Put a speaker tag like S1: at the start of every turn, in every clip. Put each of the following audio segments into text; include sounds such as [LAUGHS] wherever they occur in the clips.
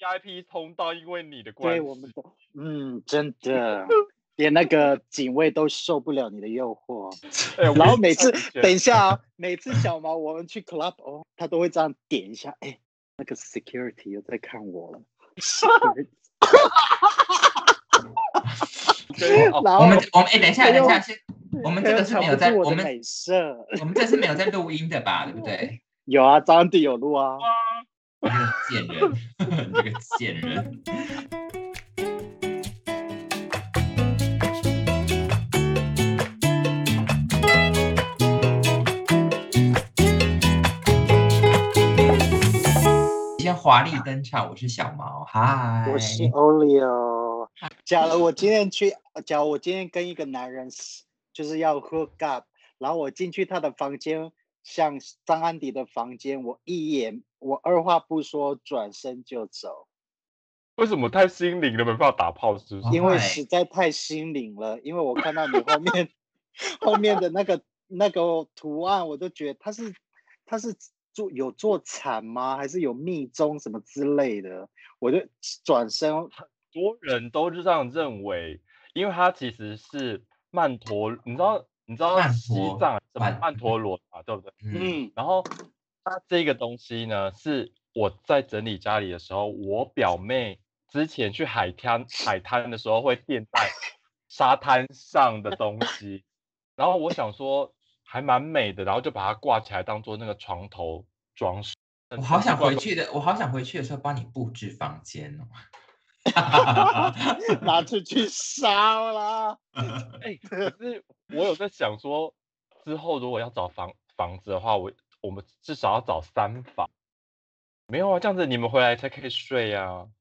S1: VIP 通道，因为你的关
S2: 对我们的，嗯，真
S3: [LAUGHS]
S2: 的，连那个警卫都受不了你的诱
S3: [LAUGHS]
S2: 惑。
S1: 哎、我
S2: 然后每次
S1: 跟你讲
S2: 等一下、啊，每次小毛我们去 club 哦，他都会这样点一下，哎、那个 security 又在看我
S3: [LAUGHS]
S2: 了。
S1: 跟哦
S2: [LAUGHS] 然
S3: 我
S2: 后
S3: 们我们哎，等一下，
S2: 哎呦
S3: 等一下，是我们这个是没有在
S2: 他又瞧不住
S3: 我
S2: 我的
S3: 们
S2: 美色，
S3: 我们这是没有在录音的吧？对不对？
S2: 有啊，张帝有录啊。
S3: 你这个贱人，你这个贱人。先华丽登场，我是小毛，嗨，
S2: 我是
S3: 哦
S2: Olio。假啊如我今天去，假如我今天跟一个男人是就是要 hook up，然后我进去他的房间，像张安迪的房间，我一眼，我二话不说转身就走，
S1: 为什么太心灵了，没办法打炮，是不是？
S3: 哦
S2: 因为
S3: Why？
S2: 实在太心领了，因为我看到你后面后面的那个那个图案，我都觉得他是他是。做有做产吗？还是有密宗什么之类的？我就转身
S1: 很多人都是这样认为，因为它其实是曼陀，你知道你知道
S3: 曼
S1: 西
S3: 陀
S1: 藏什么
S3: 曼
S1: 曼陀罗嘛，对不对？
S3: 嗯，
S1: 然后它这个东西呢，是我在整理家里的时候，我表妹之前去海滩海滩的时候会垫在沙滩上的东西，然后我想说还蛮美的，然后就把它挂起来当做那个床头装饰。
S3: 我好想
S1: 怪
S3: 回
S1: 怪
S3: 去的，我好想回去的时候帮你布置房 [LAUGHS] 间哦。
S1: [LAUGHS]
S2: 拿出去烧啦。
S1: 哎、可是我有在想说，之后如果要找房房子的话，我我们至少要找三房。没有啊，这样子你们回来才可以睡啊。
S3: [LAUGHS]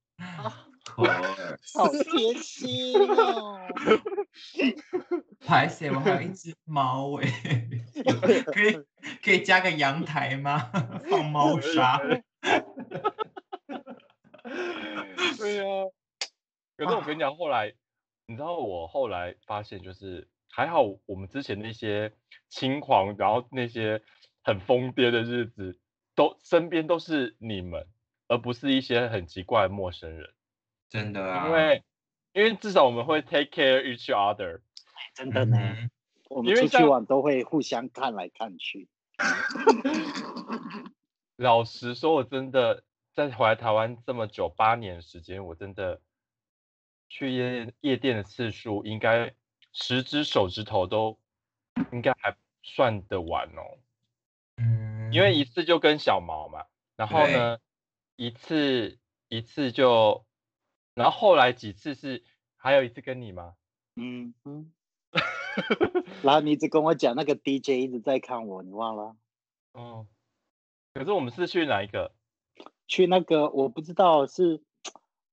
S2: 好贴心哦！
S3: 拍谁？我还有一只猫哎、
S2: [LAUGHS]
S3: 有可以可以加个阳台吗？ [LAUGHS] 放
S2: [LAUGHS]
S3: 猫砂。
S1: [LAUGHS] 对呀、可是我跟你讲，后来你知道我后来发现，就是还好我们之前那些轻狂，然后那些很疯癫的日子，都身边都是你们，而不是一些很奇怪的陌生人。
S3: 真的啊，
S1: 因为因为至少我们会 take care each other。
S2: 真
S3: 嗯
S2: 的呢，
S3: 哼
S2: 我
S1: 因
S2: 们
S1: 为
S2: 出去
S1: 像
S2: 玩都会互相看来看去。
S1: 老实说，我真的在回来台湾这么久，八年时间，我真的去夜店夜店的次数，应该十只手指头都应该还算得完哦。
S3: 嗯
S1: 因为一次就跟小毛嘛，然后呢，一次一次就，然后后来几次是还有一次跟你吗？
S2: 嗯嗯。 [LAUGHS] 然后你一直跟我讲那个 DJ 一直在看我，你忘了？
S1: 哦，可是我们是去哪一个？
S2: 去那个我不知道是，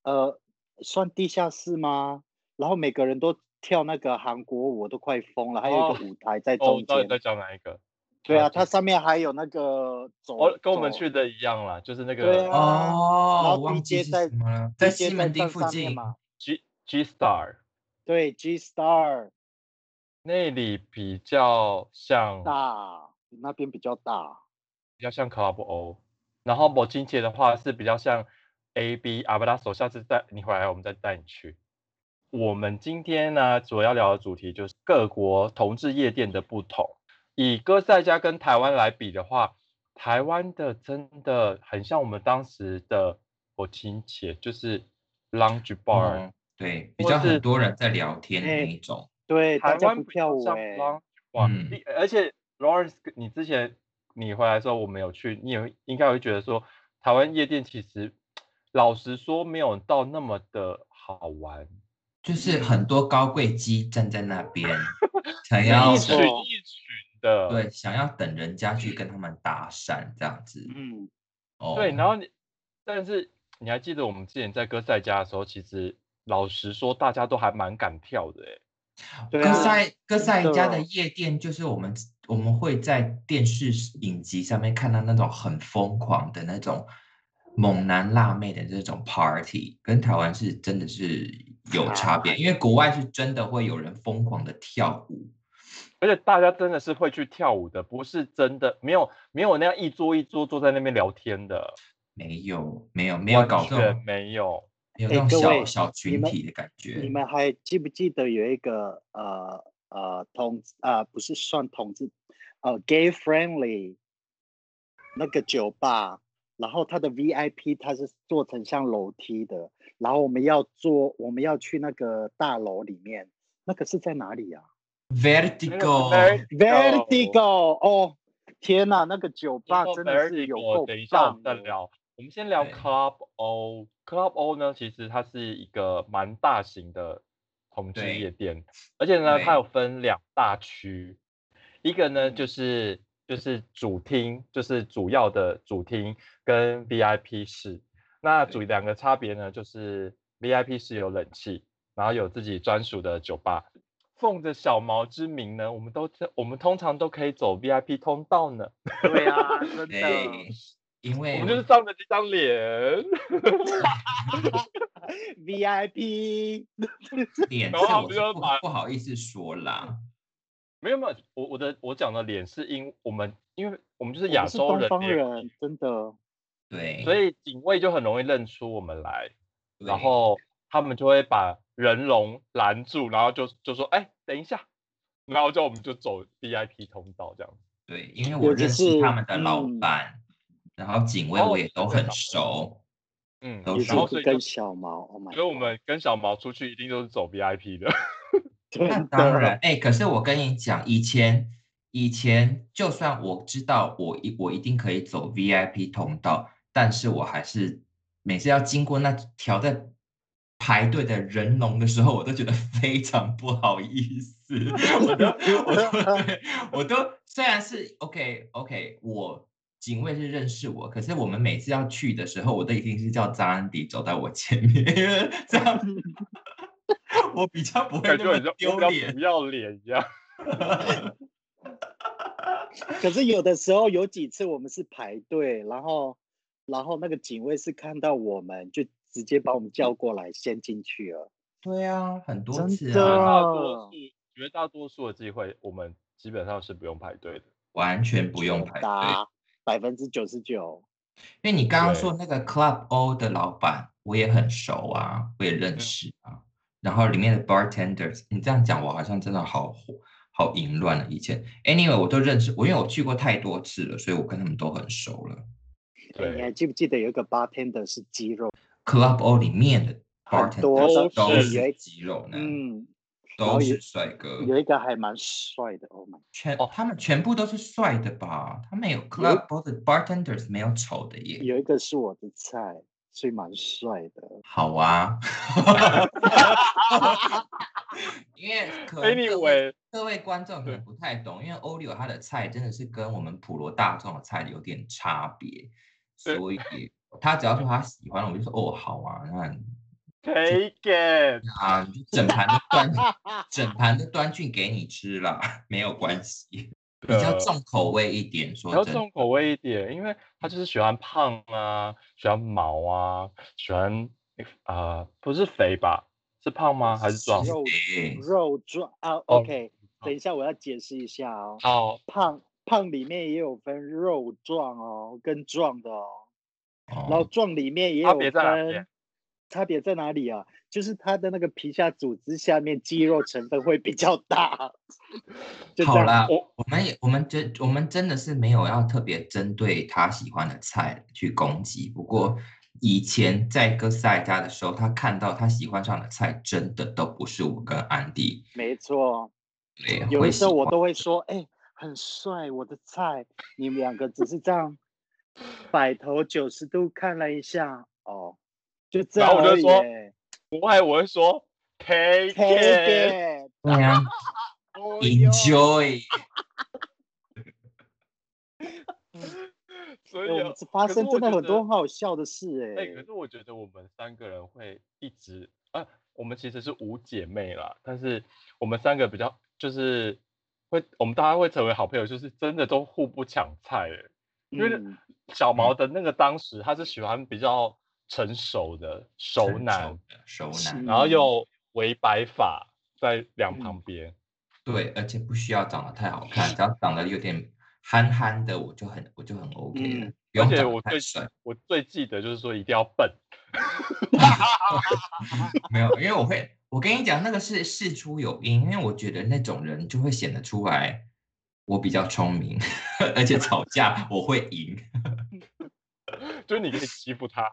S2: 呃，算地下室吗？然后每个人都跳那个韩国舞，我都快疯了。还有一个舞台在
S1: 哦，我
S2: 中
S1: 知道
S2: 间
S1: 你。在讲哪一个。
S2: 对啊，
S1: 了解
S2: 它上面还有那个走。
S1: 哦，跟我们
S2: 走
S1: 去的一样啦，就是那
S2: 对
S1: 个
S2: 啊然
S3: 哦，
S2: 后
S3: 我忘记
S2: DJ
S3: 是
S2: 在
S3: 什么了，在
S2: DJ
S3: 西门町
S2: 站
S3: 附
S2: 上面
S3: 近。
S2: 嘛。
S1: G G Star
S2: 对，G Star
S1: 那里比较像
S2: 大，那边比较大。
S1: 比较像 Club O，然后某金姐的话是比较像 A B 阿布拉手，下次带你回来，我们再带你去。我们今天呢，主要聊的主题就是各国同志夜店的不同。以哥赛加跟台湾来比的话，台湾的真的很像我们当时的我亲切，就是 lounge bar，、
S3: 哦，对，比
S1: 或
S3: 较很
S1: 是
S3: 多人在聊天的
S2: 哎
S3: 那一种。
S2: 对，
S1: 台
S2: 大家不
S1: 湾
S2: 跳舞
S1: 像
S2: 哎、
S1: 哇，
S3: 嗯
S1: 你而且 Lawrence，你之前你回来的时候我没有去，你也会应该会觉得说，台湾夜店其实老实说没有到那么的好玩，
S2: 嗯
S3: 就是很多高贵鸡站在那
S2: [LAUGHS]
S3: 边，想
S2: 没
S3: 要
S1: 一
S2: 错
S1: 群
S3: 等
S1: 一群的，
S3: 对想要等人家去跟他们搭讪这样子。
S2: 嗯，
S3: 哦，
S1: 对，然后你，但是你还记得我们之前在哥赛加的时候，其实老实说大家都还蛮敢跳的、欸，
S2: 对
S3: 哥
S2: 啊，
S3: 赛哥赛
S2: 真
S3: 家
S2: 的
S3: 的夜店，就是我们我们会在电视影集上面看到那种很疯狂的那种猛男辣妹的这种 party，跟台湾是真的是有差别，因为国外是真的会有人疯狂的跳舞，
S1: 而且大家真的是会去跳舞的，不是真的没有没有那样一桌一桌坐在那边聊天的。
S3: 没有没有没有搞这
S1: 完全
S3: 种
S1: 没有。
S3: 没
S2: 哎
S3: 有那种
S2: 各
S3: 小
S2: 位
S3: 小
S2: 你
S3: 群
S2: 们
S3: 体的感觉。
S2: 你们还记不记得有一个呃呃同啊不是算同志，呃 gay friendly 那个酒吧，然后它的 VIP 它是做成像楼梯的，然后我们要坐我们要去那个大楼里面，那个是在哪里
S1: 哦
S2: 啊
S3: Vertigo，
S2: ？Vertigo 哦，天哪，那个酒吧
S1: 说
S2: 真
S1: Vertigo，
S2: 的是有够
S1: 等一下我
S2: 棒
S1: 们再
S2: 的。
S1: 聊。我们先聊
S3: 对
S1: Club O。Club O 呢，其实它是一个蛮大型的同志
S3: 对
S1: 夜店，而且呢，
S3: 对
S1: 它有分两大区，一个呢
S2: 嗯
S1: 就是就是主厅，就是主要的主厅跟 VIP 室。那主
S3: 对
S1: 两个差别呢，就是 VIP 室有冷气，然后有自己专属的酒吧。奉着小毛之名呢，我们都我们通常都可以走 VIP 通道呢。
S2: [LAUGHS] 对啊，真的
S3: 对。，因为
S1: 我们就是上了这张脸，
S2: VIP
S1: 然
S3: 脸这
S1: 后他
S3: 我
S1: 们
S3: 是
S1: 就
S3: 不
S1: 把
S3: 不好意思说啦。
S1: 没有没有，我我的我讲的脸是因我们因为我们就是
S2: 我
S1: 亚
S2: 们是
S1: 洲
S2: 东
S1: 人哦
S2: 方
S1: 脸
S2: 人，真的。
S3: 对，
S1: 所以警卫就很容易认出我们来，然
S3: 对
S1: 后他们就会把人龙拦住，然后就就说哎等一下，然后就我们就走 VIP 通道这样子。
S3: 对，因为
S2: 尤
S3: 我
S2: 其
S3: 认
S2: 是
S3: 识他们的老
S2: 嗯
S3: 板，然后警卫
S1: 哦
S3: 我也都
S1: 是的
S3: 很
S1: 老
S3: 熟，
S1: 嗯，
S3: 都
S2: 也
S1: 然
S2: 哦是
S3: 有时
S1: 后
S3: 候
S1: 所以就所
S2: 跟小毛，Oh my，
S1: 以我们跟小毛出去一定都是走 VIP 的， [LAUGHS]
S2: 真
S3: 那
S2: 的
S3: 当然，哎、可是我跟你讲，以前以前就算我知道我一我一定可以走 VIP 通道，但是我还是每次要经过那条在排队的人龙的时候，我都觉得 [LAUGHS] 非常不好意
S2: [LAUGHS]
S3: 思， [LAUGHS] 我都我都对我都虽然是 OK OK 我。警卫是认识我，可是我们每次要去的时候，我都一定是叫张安迪走在我前面，因为这样
S1: [LAUGHS]
S3: 我比较不会
S1: 感
S3: 那
S1: 觉
S3: 么
S1: 很像
S3: 丢
S1: 我比较
S3: 脸
S1: 不。要脸一样。
S2: 可是有的时候有几次我们是排队，然后然后那个警卫是看到我们就直接把我们叫过来，先进去了。
S3: 对啊，很多
S2: 真
S3: 次
S2: 的
S3: 啊，
S1: 大多数
S2: 啊
S1: 绝大多数的机会，我们基本上是不用排队的。
S3: 完全不用排队。
S2: 答百分之九十九，
S3: 因为你刚刚
S1: 对
S3: 说那个 Club O 的老板，我也很熟啊，我也
S2: 嗯
S3: 认识啊。然后里面的 bartenders，你这样讲，我好像真的好火好淫乱啊了。以前，anyway，我都认识，我因为我去过太多次了，所以我跟他们都很熟了。
S2: 哎你还
S1: 对，
S2: 记不记得有一个 bartender 是肌肉？
S3: Club O 里面的
S2: 很多
S3: bartenders
S1: 都
S3: 都
S1: 是
S2: 有一
S3: 是嗯肌肉男，
S2: 嗯，然后
S3: 都
S2: 有
S3: 是帅哥，
S2: 有一个还蛮帅的，Oh my，
S3: 全
S1: 哦
S3: 他们全部都是帅的吧？他们有 Club O 的 bartenders 没有丑的耶。
S2: 有一个是我的菜，所以蛮帅的。 [LAUGHS]
S3: 好啊， [LAUGHS] 因为可能各位
S1: Anyway，
S3: 各位观众可能不太懂，因为 Olio 他的菜真的是跟我们普罗大众的菜有点差别，
S1: 对
S3: 所以他只要说他喜欢，我就说哦好啊，那
S1: take it。
S3: 啊你就整盘都端整盘都端去给你吃啦，没有关系，比较
S1: 呃
S3: 重口味一点，
S1: 比较
S3: 说真的
S1: 重口味一点，因为他就是喜欢胖啊，喜欢毛啊，喜欢啊、呃不是肥吧？是胖吗？还是壮？
S2: 肉
S3: 哎
S2: 肉状啊，OK，等一
S1: 哦
S2: 下我要解释一下哦。
S1: 好，
S2: 胖胖里面也有分肉状哦，跟壮的哦，
S3: 哦
S2: 然后壮里面也
S1: 差
S2: 有
S1: 别在哪啊边
S2: 分，差别在哪里啊？就是它的那个皮下组织下面肌肉成分会比较大。 [LAUGHS] 就这
S3: 好
S2: 样，哦
S3: 啦，
S1: 我
S3: 我们也我们真我们真的是没有要特别针对他喜欢的菜去攻击。不过以前在哥斯达黎加的时候，他看到他喜欢上的菜，真的都不是我跟安迪
S2: 没错。
S3: 对
S2: 有
S3: 会
S2: 的时候
S3: 喜
S2: 我
S3: 欢
S2: 都会说，哎、很帅，我的菜。你们两个只是这样摆头九十度看了一下，哦，就这
S1: 然
S2: 样
S1: 后我就
S2: 而已
S1: 说
S2: 耶。
S1: 不爱我会说
S2: [LAUGHS]
S1: take it，
S2: Take it，[LAUGHS]
S3: 对啊
S2: 哦哟
S3: ，enjoy
S1: 所
S2: 哎
S1: 以
S2: 我
S1: 啊
S2: 们发
S1: 可
S2: 生
S1: 是我
S2: 真的
S1: 觉
S2: 很多
S1: 得
S2: 很好笑的事
S1: 哎、
S2: 哎、
S1: 可是我觉得我们三个人会一直啊，我们其实是五姐妹啦，但是我们三个比较就是会，我们大家会成为好朋友，就是真的都互不抢菜、欸，因为
S2: 嗯
S1: 小毛的那个当时他是喜欢比较成熟的 [LAUGHS] 熟男，
S3: 熟嗯
S2: 是啊
S3: 男，
S1: 然后又微白发在
S3: 嗯
S1: 两旁边，
S3: 对，而且不需要长得太好看，只要长得有点憨憨的，我就很我就很 OK 了
S2: 嗯。
S3: 不
S1: 而
S3: 用
S1: 且
S3: 长得
S1: 我
S3: 太
S1: 最
S3: 帅，
S1: 我最记得就是说一定要笨， [LAUGHS]
S3: 没有，因为我会，我跟你讲，那个是事出有因，因为我觉得那种人就会显得出来我比较聪明， [LAUGHS] 而且吵架我会赢。 [LAUGHS]
S1: 就是你可以欺负他，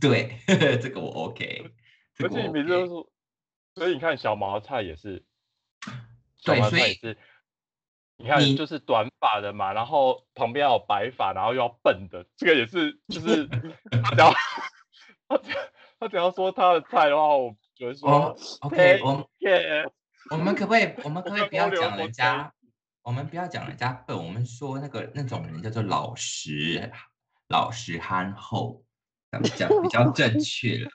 S3: 对， [LAUGHS] 这个我 OK，这
S1: 而
S3: 个
S1: 且你
S3: 我
S1: 每次
S3: OK
S1: 都说，所以你看小毛菜也
S3: [SNIFFS]
S1: 是，小
S3: 对
S1: 毛
S3: 所
S1: 菜
S3: 以
S1: 也是，你看
S3: 你
S1: 就是短发的嘛，然后旁边要有白发，然后又要笨的，这个也是就是
S3: [LAUGHS]
S1: 他只要 [LAUGHS] 他只要他只要说他的菜的话，我觉得说
S3: 哦，OK，
S1: 哎
S3: 我们
S1: 耶，
S3: 我们可不可以，我们可不可以
S1: 们
S3: 不要
S1: 都留
S3: 讲
S1: 国
S3: 人
S1: 家
S3: 家，我们不要讲人家笨，我们说那个那种人叫做老实，老实憨厚，这样讲比较正确了。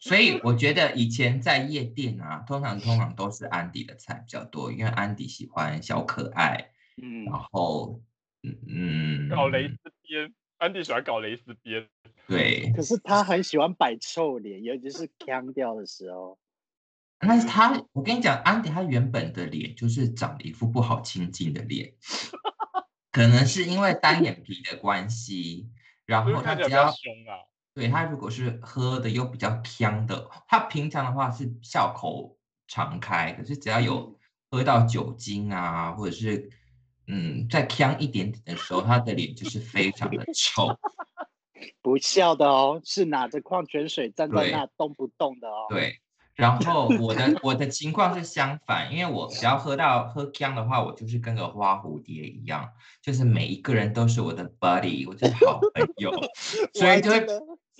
S3: 所以我觉得以前在夜店啊，通常通常都是安迪的菜比较多，因为安迪喜欢小可爱，
S2: 嗯
S3: 然后嗯嗯，
S1: 搞蕾丝边，安迪喜欢搞蕾丝边，
S3: 对，
S2: [LAUGHS] 可是他很喜欢摆臭脸，尤其是腔调的时候。
S3: 但是他，我跟你讲，安迪他原本的脸就是长得一副不好亲近的
S1: [LAUGHS]
S3: 脸，可能是因为单眼皮的关系，然
S1: 就是
S3: 后啊他
S1: 看起来
S3: 只
S1: 比较
S3: 要
S1: 凶啊。
S3: 对他如果是喝的又比较呛的，他平常的话是笑口常开，可是只要
S1: 嗯
S3: 有喝到酒精啊，或者是嗯再呛一点点的时候，他的脸就是非常的臭。
S2: 不笑的哦，是拿着矿泉水站在
S3: 对
S2: 那动不动的哦。，
S3: 对，然后我的我的情况是相反，因为我只要喝到喝呛的话，我就是跟个花蝴蝶一样，就是每一个人都是我的 buddy，我就是好朋
S2: [LAUGHS]
S3: 友，所以就会，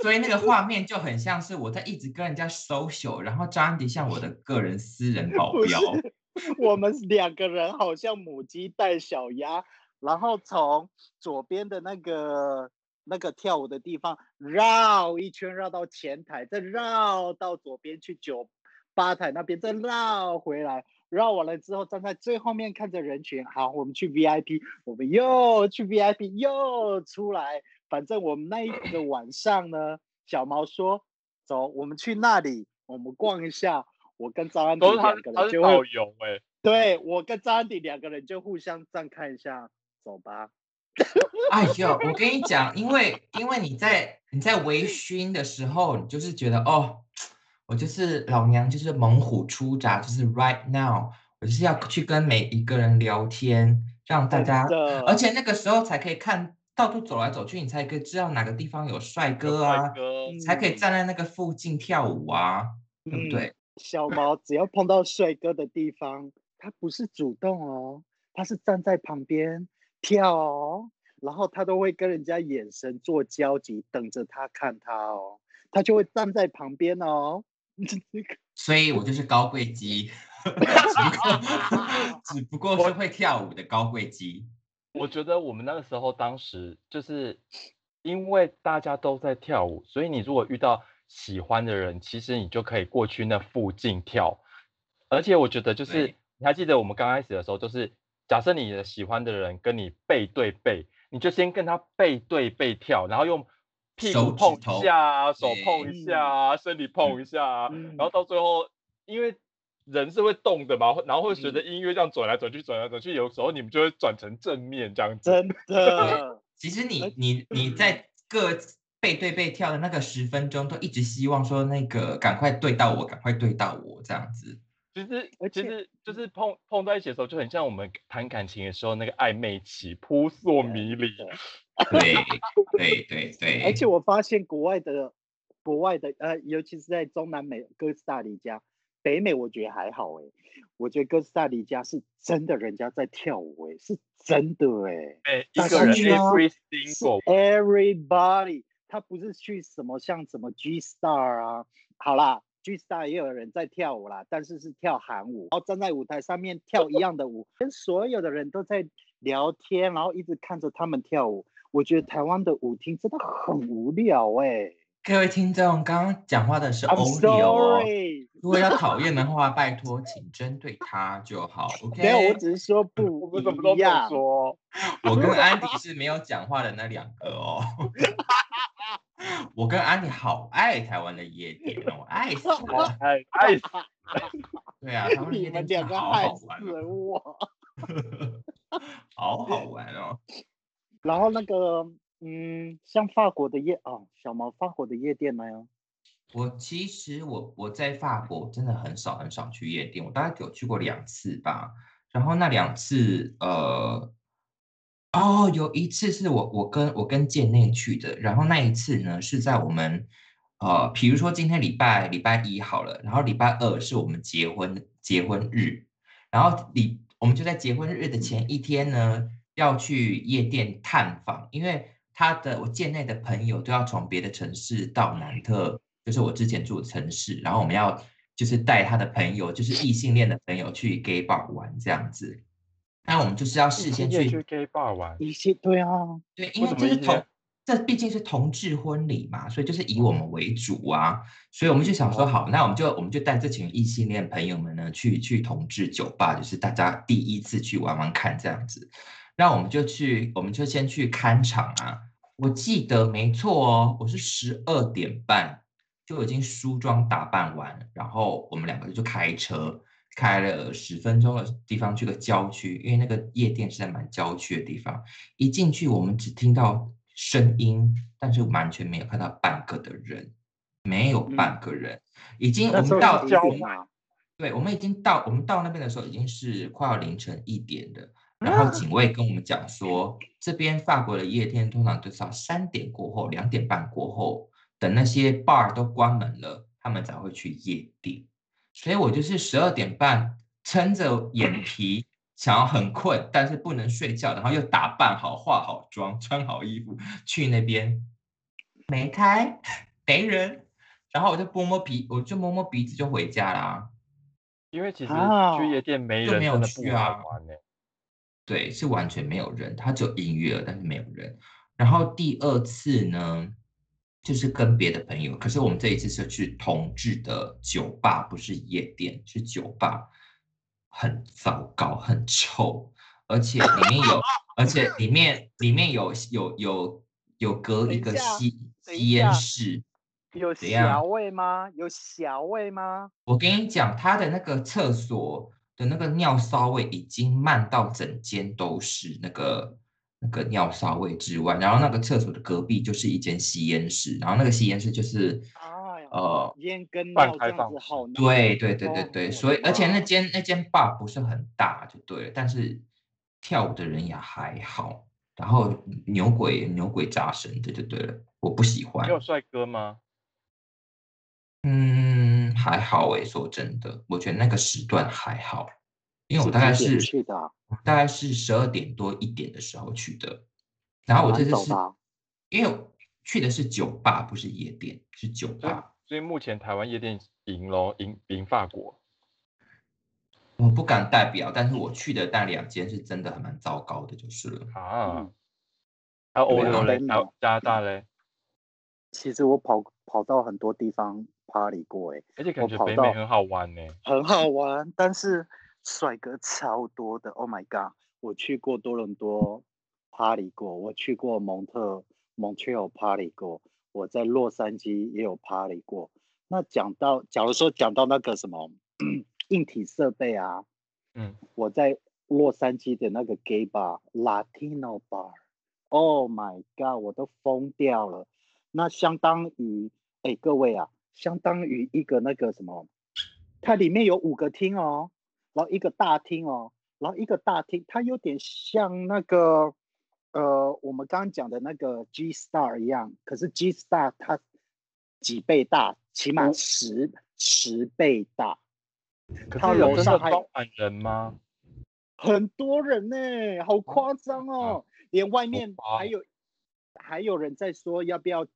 S3: 所以那个画面就很像是我在一直跟人家 social，然后张安迪像我的个人私人保
S2: [LAUGHS] 不是
S3: 镖，
S2: 我们两个人好像母鸡带小鸭，然后从左边的那个那个跳舞的地方绕一圈，绕到前台，再绕到左边去酒吧台那边，再绕回来。绕完了之后，站在最后面看着人群。好，我们去 VIP，我们又去 VIP，又出来。反正我们那一个晚上呢，小毛说：“走，我们去那里，我们逛一下。”我跟张安迪
S1: 都是他
S2: 两
S1: 是
S2: 个
S1: 他
S2: 人
S1: 是
S2: 就会
S1: 导游哎、
S2: 对我跟张安迪两个人就互相这样看一下，走吧。
S3: 哎呦，我跟你讲，因为因为你在你在微醺的时候，你就是觉得哦，我就是老娘就是猛虎出闸，就是 right now，我就是要去跟每一个人聊天，让大家，
S2: 的
S3: 而且那个时候才可以看到处走来走去，你才可以知道哪个地方有帅哥啊，
S1: 哥
S3: 才可以
S2: 嗯
S3: 站在那个附近跳舞啊，对不
S2: 嗯
S3: 对？
S2: 小毛只要碰到帅哥的地方，他不是主动哦，他是站在旁边跳哦，然后他都会跟人家眼神做交集，等着他看他哦，他就会站在旁边哦。
S3: 所以我就是高贵鸡， [LAUGHS] 只不过 [LAUGHS] 只不过是会跳舞的高贵鸡。
S1: 我觉得我们那个时候，当时就是因为大家都在跳舞，所以你如果遇到喜欢的人，其实你就可以过去那附近跳。而且我觉得，就是
S3: 对
S1: 你还记得我们刚开始的时候，就是假设你的喜欢的人跟你背对背，你就先跟他背对背跳，然后用屁
S3: 手
S1: 股
S3: 指
S1: 碰一
S3: 头嗯
S1: 下啊，手
S3: 对
S1: 碰一下啊，身体碰一下啊，
S2: 嗯
S1: 然后到最后，因为人是会动的嘛，然后会
S2: 嗯
S1: 随着音乐这样转来转去、转来转去，有时候你们就会转成正面这样子。
S2: 真的，
S3: 其实
S2: 而
S3: 你你
S2: 嗯
S3: 你在各背对背跳的那个十分钟，都一直希望说那个赶快对到我，赶快对到我这样子。
S1: 其实
S2: 而
S1: 其
S2: 且
S1: 实就是碰碰在一起的时候，就很像我们谈感情的时候那个暧昧期，扑朔
S2: 对
S1: 迷离。
S2: 对
S3: 对对对
S2: [LAUGHS]
S3: 对，[LAUGHS]
S2: 而且我发现国外的国外的呃，尤其是在中南美哥斯达黎加、北美，我觉得还好哎、我觉得哥斯达黎加是真的人家在跳舞哎、是真的哎、
S1: 每一
S2: 大
S1: 个
S2: 家
S1: 人
S3: 去啊
S1: every
S2: 是
S1: single
S2: everybody，他不是去什么像什么 G Star 啊，好啦，G Star 也有人在跳舞啦，但是是跳韩舞，然后站在舞台上面跳一样的舞，跟所有的人都在聊天，然后一直看着他们跳舞。我觉得台湾的舞厅真的很无聊哎、
S3: 各位听众，刚刚讲话的是
S2: I'm
S3: Oreo 哦。
S2: sorry，
S3: 如果要讨厌的话，拜托请针对他
S2: [LAUGHS]
S3: 就好。OK，
S2: 没有，我只是说
S1: 我
S2: 不
S1: 们什么都
S2: 一
S1: 没有
S2: 样。
S1: 说，
S3: 我
S2: [LAUGHS]
S3: 跟安迪是没有讲话的那两个哦。 [LAUGHS] 我跟安迪好爱台湾的夜店哦，我爱死了。
S2: [LAUGHS]
S1: 哎哎，
S3: 对啊，台湾的
S2: 你
S3: 夜
S2: 们
S3: 店
S2: 两
S3: 真的
S2: 个
S3: 好
S2: 害
S3: 好
S2: 死
S3: 玩哦。
S2: 了我。 [LAUGHS]
S3: 好好玩哦！
S2: 然后那个嗯，像法国的夜哦，小毛，法国的夜店呢？
S3: 我其实我我在法国真的很少很少去夜店，我大概有去过两次吧。然后那两次，呃，哦，有一次是我我跟我跟建内去的，然后那一次呢是在我们，呃，比如说今天礼拜礼拜一好了，然后礼拜二是我们结婚结婚日，然后礼我们就在结婚日的前一天呢要去夜店探访，因为他的我建内的朋友都要从别的城市到南特。就是我之前住的城市，然后我们要就是带他的朋友，就是异性恋的朋友去 gay bar 玩这样子。那我们就是要事先
S1: 夜去
S3: 去
S1: gay bar 玩，
S2: 一些对啊，
S3: 对，因为
S1: 什么
S3: 这是
S1: 意思
S3: 同这毕竟是同志婚礼嘛，所以就是以我
S1: 嗯
S3: 们为主啊，所以我们就想
S1: 哦
S3: 说好，那我们就我们就带这群异性恋朋友们呢去去同志酒吧，就是大家第一次去玩玩看这样子。那我们就去，我们就先去看场啊。我记得没错哦，我是十二点半就已经梳妆打扮完，然后我们两个就开车开了十分钟的地方去个郊区，因为那个夜店是在蛮郊区的地方。一进去，我们只听到声音，但是完全没有看到半个的人，没有半个人，已经我
S1: 嗯那时候
S3: 们到
S1: 是
S2: 一
S1: 郊
S2: 点啊，
S3: 对，我们已经到，我们到那边的时候已经是快要凌晨一点了。然后警卫跟我们讲说，这边法国的夜店通常都是要三点过后、两点半过后，等那些 bar 都关门了，他们才会去夜店。所以我就是十二点半撑着眼皮，想要很困，但是不能睡觉，然后又打扮好、化好妆、穿好衣服去那边，没开，没人。然后我就摸摸鼻，我就摸摸鼻子就回家啦、
S1: 因为其实
S2: 啊
S1: 去夜店没
S3: 就
S1: 人
S3: 没有
S1: 真的不
S3: 去啊
S1: 好玩欸呢、
S3: 对，是完全没有人，他只有音乐，但是没有人。然后第二次呢，就是跟别的朋友，可是我们这一次是去同志的酒吧，不是夜店，是酒吧，很糟糕，很臭，而且里面
S2: [LAUGHS]
S3: 有，而且里面里面有有有有隔
S2: 等
S3: 一
S2: 一
S3: 个
S2: 下
S3: 吸
S2: 等
S3: 吸
S2: 一
S3: 烟
S2: 下
S3: 室，
S2: 有
S3: 怎样
S2: 小味吗？有小味吗？
S3: 我跟你讲，他的那个厕所的那个尿骚味已经漫到整间都是那个那个尿骚味之外，然后那个厕所的隔壁就是一间吸烟室，然后那个吸烟室就是
S2: 哎呀，
S3: 呃，
S2: 烟跟
S1: 半
S2: 尿
S1: 开
S2: 这样
S1: 放
S2: 子
S1: 式
S2: 好难。
S3: 对对对对
S2: 哦
S3: 对，
S2: 我
S3: 所以
S2: 的
S3: 而且那
S2: 妈
S3: 间那间 bar 不是很大就对了，但是跳舞的人也还好，然后牛鬼牛鬼扎神的就对了，我不喜欢
S1: 你。有帅哥吗？
S3: 嗯，还好诶，说真的，我觉得那个时段还好，因为我
S2: 是
S3: 大概
S2: 几点
S3: 是
S2: 去的啊
S3: 我大概是十二点多一点的时候去的，然后我
S2: 蛮
S3: 这次
S2: 早
S3: 是
S2: 的啊
S3: 因为我去的是酒吧，不是夜店，是酒
S1: 所以
S3: 吧。
S1: 所以目前台湾夜店赢喽，赢赢法国。
S3: 我不敢代表，但是我去的那两间是真的还蛮糟糕的，就是了。
S1: 啊
S2: 嗯，
S1: 还有欧
S3: 对啊
S1: 洲嘞，
S2: 真的
S1: 还有加拿大嘞，
S2: 其实我跑跑到很多地方 party 过、欸，
S1: 而且感
S2: 我
S1: 觉
S2: 跑
S1: 北
S2: 到
S1: 美很好玩呢、
S2: 很好玩，但是帅哥超多的。Oh my god！我去过多伦多 party 过，我去过蒙特 Montreal party 过，我在洛杉矶也有 party 过。那讲到，假如说讲到那个什么硬体设备啊，
S1: 嗯，
S2: 我在洛杉矶的那个 gay bar Latino bar，Oh my god，我都疯掉了。那相当于，哎，各位啊，相当于一个那个什么，它里面有五个厅哦，然后一个大厅哦，然后一个大厅，它有点像那个，呃，我们刚刚讲的那个 G Star 一样，可是 G Star 它几倍大，起码十十倍大。
S1: 可
S2: 它
S1: 是有
S2: 楼
S1: 真
S2: 上
S1: 的
S2: 还
S1: 装满人吗？
S2: 很多人呢、好夸张哦！连外面
S1: 夸
S2: 还有还有人在说要不要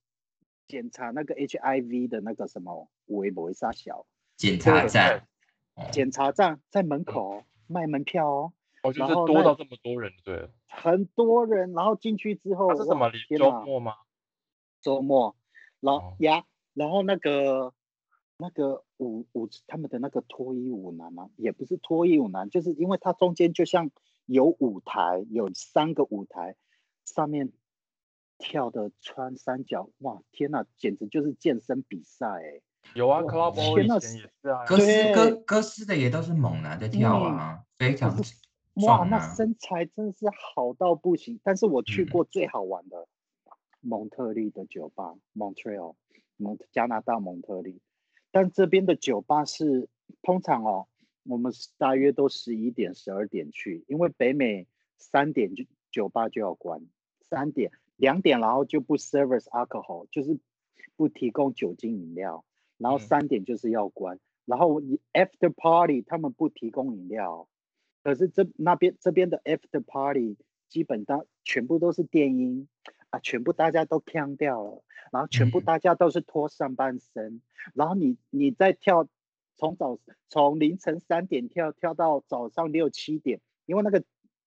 S2: 检查那个 HIV 的那个什么微博杀小
S3: 检查
S2: 对
S3: 站，哦
S2: 检查站在门口卖门票哦，
S1: 哦，就
S2: 然
S1: 是
S2: 后
S1: 多
S2: 那
S1: 到这么多人，对了。
S2: 很多人。然后进去之后，
S1: 它是什
S2: 哇
S1: 么？连
S2: 哦天
S1: 周
S2: 哪
S1: 末吗？
S2: 周末，然
S1: 哦
S2: 后呀，然后那个那个舞舞他们的那个脱衣舞男啊，也不是脱衣舞男，就是因为它中间就像有舞台，有三个舞台，上面跳的穿三角，哇，天呐，简直就是健身比赛哎、
S1: 有啊
S2: 哇
S1: ，Club O
S2: 天
S1: 以
S2: 哪
S1: 前也是啊。
S3: 哥斯哥
S2: 对嗯
S3: 哥斯的也都是猛男在跳啊，
S2: [LAUGHS]
S3: 非常
S2: 可是哇，
S3: 壮
S2: 那
S3: 啊。
S2: 身材真的是好到不行。但是我去
S3: 嗯
S2: 过最好玩的，蒙特利的酒吧 （Montreal），蒙加拿大蒙特利。但这边的酒吧是通常哦，我们大约都十一点、十二点去，因为北美三点就酒吧就要关，三点、两点然后就不 service alcohol，就是不提供酒精饮料，然后
S1: 嗯
S2: 三点就是要关，然后你 after party 他们不提供饮料，哦可是这那边这边的 after party 基本上全部都是电音啊，全部大家都腔掉了，然后全部
S3: 嗯
S2: 大家都是脱上半身。然后你你再跳，从早从凌晨三点跳跳到早上六七点，因为那个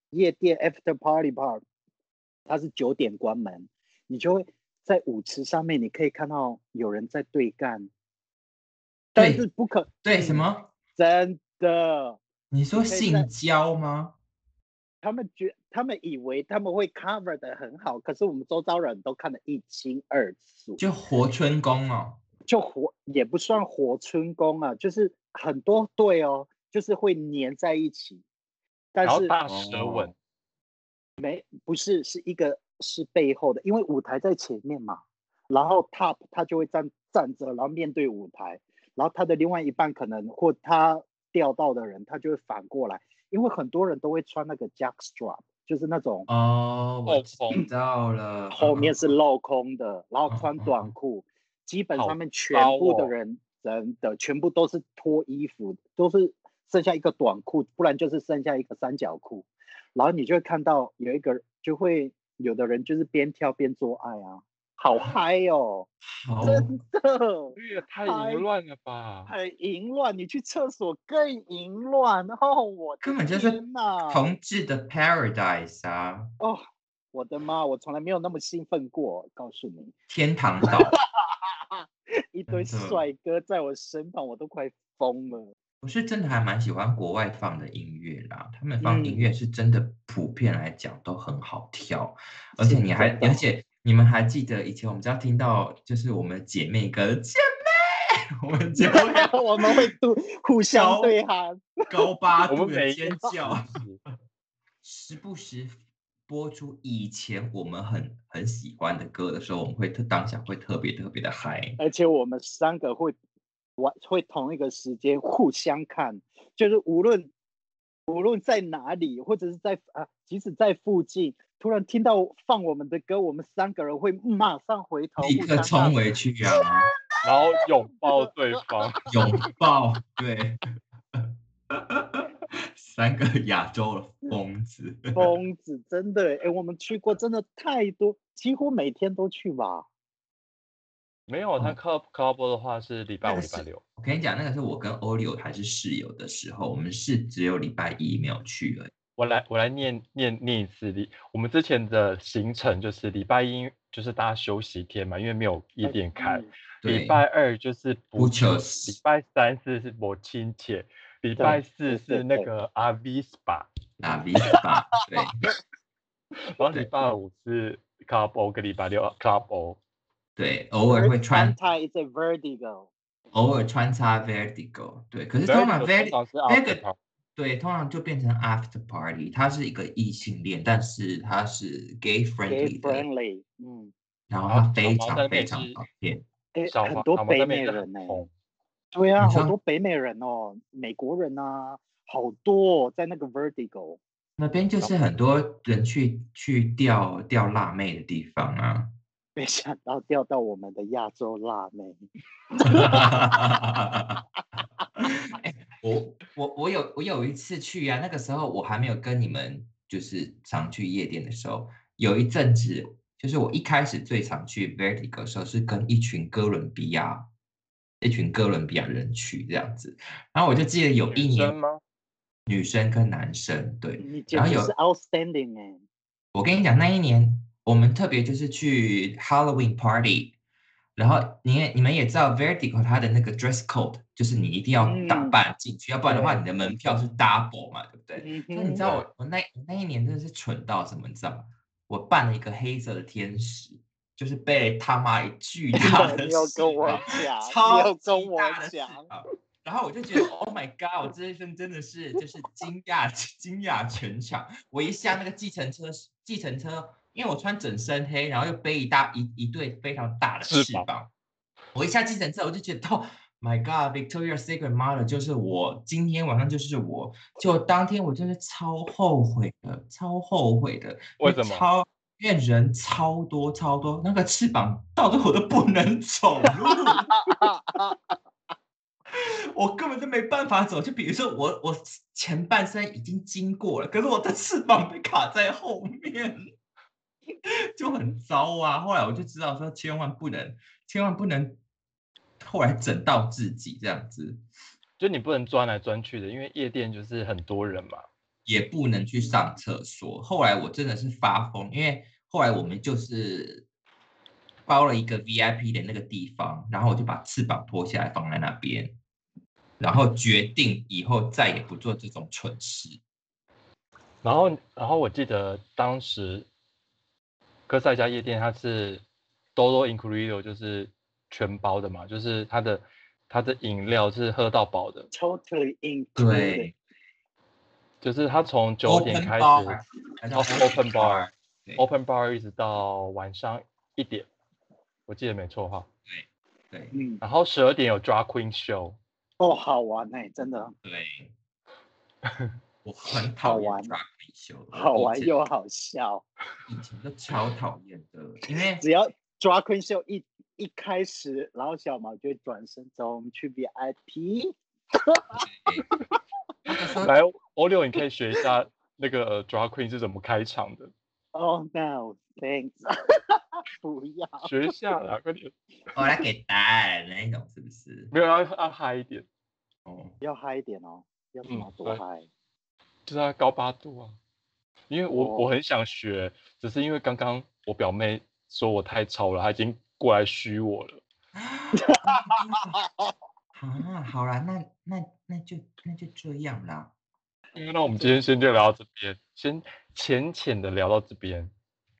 S2: 夜店 after party bar 它是九点关门，你就会在舞池上面你可以看到有人在对干，但
S3: 对
S2: 是不可
S3: 对什
S2: 嗯
S3: 么？
S2: 真的，
S3: 你说
S2: 可以在
S3: 性交吗？
S2: 他们觉他们以为他们会 cover 的很好，可是我们周遭人都看得一清二楚。
S3: 就活春宫哦，
S2: 就活也不算活春宫啊，就是很多对哦，就是会粘在一起，但
S1: 然后
S2: 是哦
S1: 大舌吻，
S2: 不是是一个是背后的，因为舞台在前面嘛，然后 top 他就会站站着，然后面对舞台，然后他的另外一半可能或他钓到的人，他就会反过来，因为很多人都会穿那个 jackstrap，就是那种
S3: 哦，我
S1: 后空
S3: 知道了，
S2: 后面
S3: 嗯
S2: 是镂空的，然后穿
S3: 嗯嗯
S2: 短裤，基本
S1: 好
S2: 上面全
S1: 骚
S2: 部的
S1: 哦
S2: 人真的全部都是脱衣服，都是剩下一个短裤，不然就是剩下一个三角裤。然后你就会看到有一个就会有的人就是边跳边做爱啊，好嗨哦，
S3: 好
S2: 真的
S1: 这个太
S2: 太
S1: 淫乱了吧？
S2: 很淫乱，你去厕所更淫乱哦，我的
S3: 根本就是
S2: 天哪
S3: 同志的 paradise 啊，
S2: 哦，我的妈，我从来没有那么兴奋过，告诉你。
S3: 天堂岛。嗯
S2: 一堆
S3: 真的
S2: 帅哥在我身旁，我都快疯了。
S3: 我是真的还蛮喜欢国外放的音乐啦，他们放音
S2: 嗯
S3: 乐是真的普遍来讲都很好跳，而
S2: 是
S3: 且你
S2: [LAUGHS]
S3: 还，
S2: 真的
S3: 而且你们还记得以前我们只要听到就是我们姐妹歌“姐妹”，我们就
S2: [LAUGHS]
S3: 会
S2: 我们
S3: [LAUGHS]
S2: 会互互相
S3: 高
S2: 对喊，
S3: 高八
S1: 我
S3: 度
S1: 们每
S3: 的
S1: 一
S3: 尖
S1: 个
S3: 叫，
S1: 时期
S3: 时不时播出以前我们很很喜欢的歌的时候，我们会特当下会特别特别的嗨，
S2: 而且我们三个会玩，会同一个时间互相看，就是无论无论在哪里，或者是在啊，即使在附近，突然听到放我们的歌，我们三个人会马上回头，
S3: 立
S2: 互
S3: 刻
S2: 相
S3: 冲
S2: 看
S3: 回去啊，
S1: 然后拥抱对
S2: [LAUGHS]
S1: 方，
S3: 拥抱，对，三个亚洲的疯子。
S2: 疯子，真的哎、诶我们去过真的太多，几乎每天都去吧。
S1: 没有他 club club 的话是礼拜
S3: 那
S1: 五、
S3: 个
S1: 礼拜
S3: 是
S1: 六，
S3: 我跟你讲，那个是我跟欧柳还是室友的时候，我们是只有礼拜一没有去而已。
S1: 我来我来念念念一次礼，我们之前的行程就是礼拜一就是大家休息天嘛，因为没有夜店开，
S2: 嗯
S3: 对
S1: 礼，拜二就是
S3: 不
S1: 补
S3: 求
S1: 礼拜三是是母亲节，礼拜四
S2: 对对
S1: 是那
S2: 对
S1: 个 RV SPA，
S3: 拉比吧，对，
S1: 然后礼拜五是 club O 跟礼拜六 club O，
S3: 对，偶尔会穿，
S2: Anti is a vertigo。
S3: 偶尔穿插 vertigo，对，可是
S1: 然
S3: 通
S1: 后
S3: 常
S1: 通
S3: vertigo
S1: 常是
S3: 那个
S1: after party
S3: 对，通常就变成 after party，它是一个异性恋，但是它是
S2: gay
S3: gay friendly 的，
S2: friendly，嗯，
S3: 然后
S1: 然后
S3: 它非
S1: 小毛在
S3: 常
S1: 那
S3: 非
S1: 边
S3: 常
S1: 是
S3: 方便。
S2: 诶，
S1: 小
S2: 很
S1: 黄
S2: 多
S1: 小毛
S2: 北
S1: 那
S2: 美
S1: 边是
S2: 人欸
S1: 很
S2: 呢、
S1: 红，
S2: 对啊，
S3: 你
S2: 好
S3: 说
S2: 多北美人哦，美国人啊，好多、哦、在那个 Vertigo，
S3: 那边就是很多人去去钓钓辣妹的地方啊
S1: [LAUGHS]
S2: 没想到钓到我们的亚洲辣妹，
S3: 啊。哎我我我有我有一次去啊，那个时候我还没有跟你们就是常去夜店的时候，有一阵子就是我一开始最常去 Vertigo 的时候是跟一群哥伦比亚一群哥伦比亚人去这样子，然后我就记得有一
S1: 女
S3: 年
S1: 生吗？嗯
S3: 女生跟男生对，
S2: 你简
S3: 然后
S2: 直
S3: 有
S2: 是 outstanding 哎、
S3: 我跟你讲，那一年我们特别就是去 Halloween party，然后你也你们也知道 Vertigo 它的那个 dress code 就是你一定要打
S2: 嗯
S3: 扮进去，要不然的话
S2: 对
S3: 你的门票是 double 嘛，对不对？
S2: 嗯
S3: 所以你
S2: 哼
S3: 知，道我我那我那一年真的是蠢到什么，你知道吗？我扮了一个黑色的天使，就是被他妈一巨大的
S2: [LAUGHS] 你有
S3: 市
S2: 跟我
S3: 场
S2: 讲，你
S3: 超
S2: 有跟
S3: 级
S2: 我
S3: 大的市
S2: 讲，
S3: 场。然后我就觉得，Oh my God！我这一份真的 [LAUGHS] 是就是惊讶惊讶全场。我一下那个计程车，计程车因为我穿整身黑，然后又背一大一一对非常大的
S1: 翅
S3: 翅膀，我一下计程车我就觉得哦。My God, Victoria's Secret model 就是我，今天晚上就是我。就当天我真的超后悔的，超后悔的。
S1: 为什么
S3: 超因为人超多超多，那个翅膀到最后我都不能走路。 [LAUGHS] 我根本就没办法走。就比如说我，我前半身已经经过了，可是我的翅膀被卡在后面， [LAUGHS] 就很糟啊。后来我就知道说，千万不能，千万不能，后来整到自己这样子，
S1: 就你不能钻来钻去的，因为夜店就是很多人嘛。
S3: 也不能去上厕所。后来我真的是发疯，因为后来我们就是。包了一个 VIP 的那个地方，然后我就把翅膀脱下来放在那边，然后决定以后再也不做这种蠢事。
S1: 然后，然后我记得当时哥斯达黎加夜店它是 Dolo Incluido，就是全包的嘛，就是它的它的饮料是喝到饱的，
S2: totally included。
S3: 对，
S1: 就是它从九点
S3: Open
S1: 开
S3: bar，
S1: 始
S3: 还
S1: 哦
S3: 叫
S1: ，open bar
S3: 对
S1: open bar 一直到晚上一点，我记得没错哈。
S3: 对
S2: 嗯，
S1: 然后十二点有 Drag Queen Show，
S2: 够好玩哎、真的
S3: 对，我很讨厌
S2: 好玩
S3: drag queen show，
S2: 好
S3: 我
S2: 玩
S3: 以前
S2: 又好笑。
S3: 以前都超讨厌的，因
S2: [LAUGHS]
S3: 为
S2: 只要 Drag Queen Show 一一开始，然后小毛就会转身走，我们去 VIP。
S3: 那个时候
S1: 来欧六，你可以学一下那个呃 Drag Queen 是怎么开场的，
S2: Oh no, thanks 。 [LAUGHS] 不要，
S1: 学一下啦，快点，
S3: 我来哦给答案那一种是不是？
S1: 没有要要嗨一点， [LAUGHS]
S3: 哦， [LAUGHS]
S2: 要嗨一点哦，要怎
S1: 嗯
S2: 么多
S1: 对
S2: 嗨？
S1: 就是要高八度啊。因为我我很想学，只是因为刚刚我表妹说我太吵了，她已经过来嘘我了。
S3: 啊，好啦，那那那就那就这样啦。
S1: 那我们今天先就聊到这边，先浅浅的聊到这边。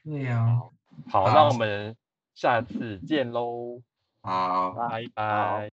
S3: 对啊，
S1: 好，
S3: 好
S1: 那我们下次见喽，
S3: 好，
S2: 好
S1: 拜拜。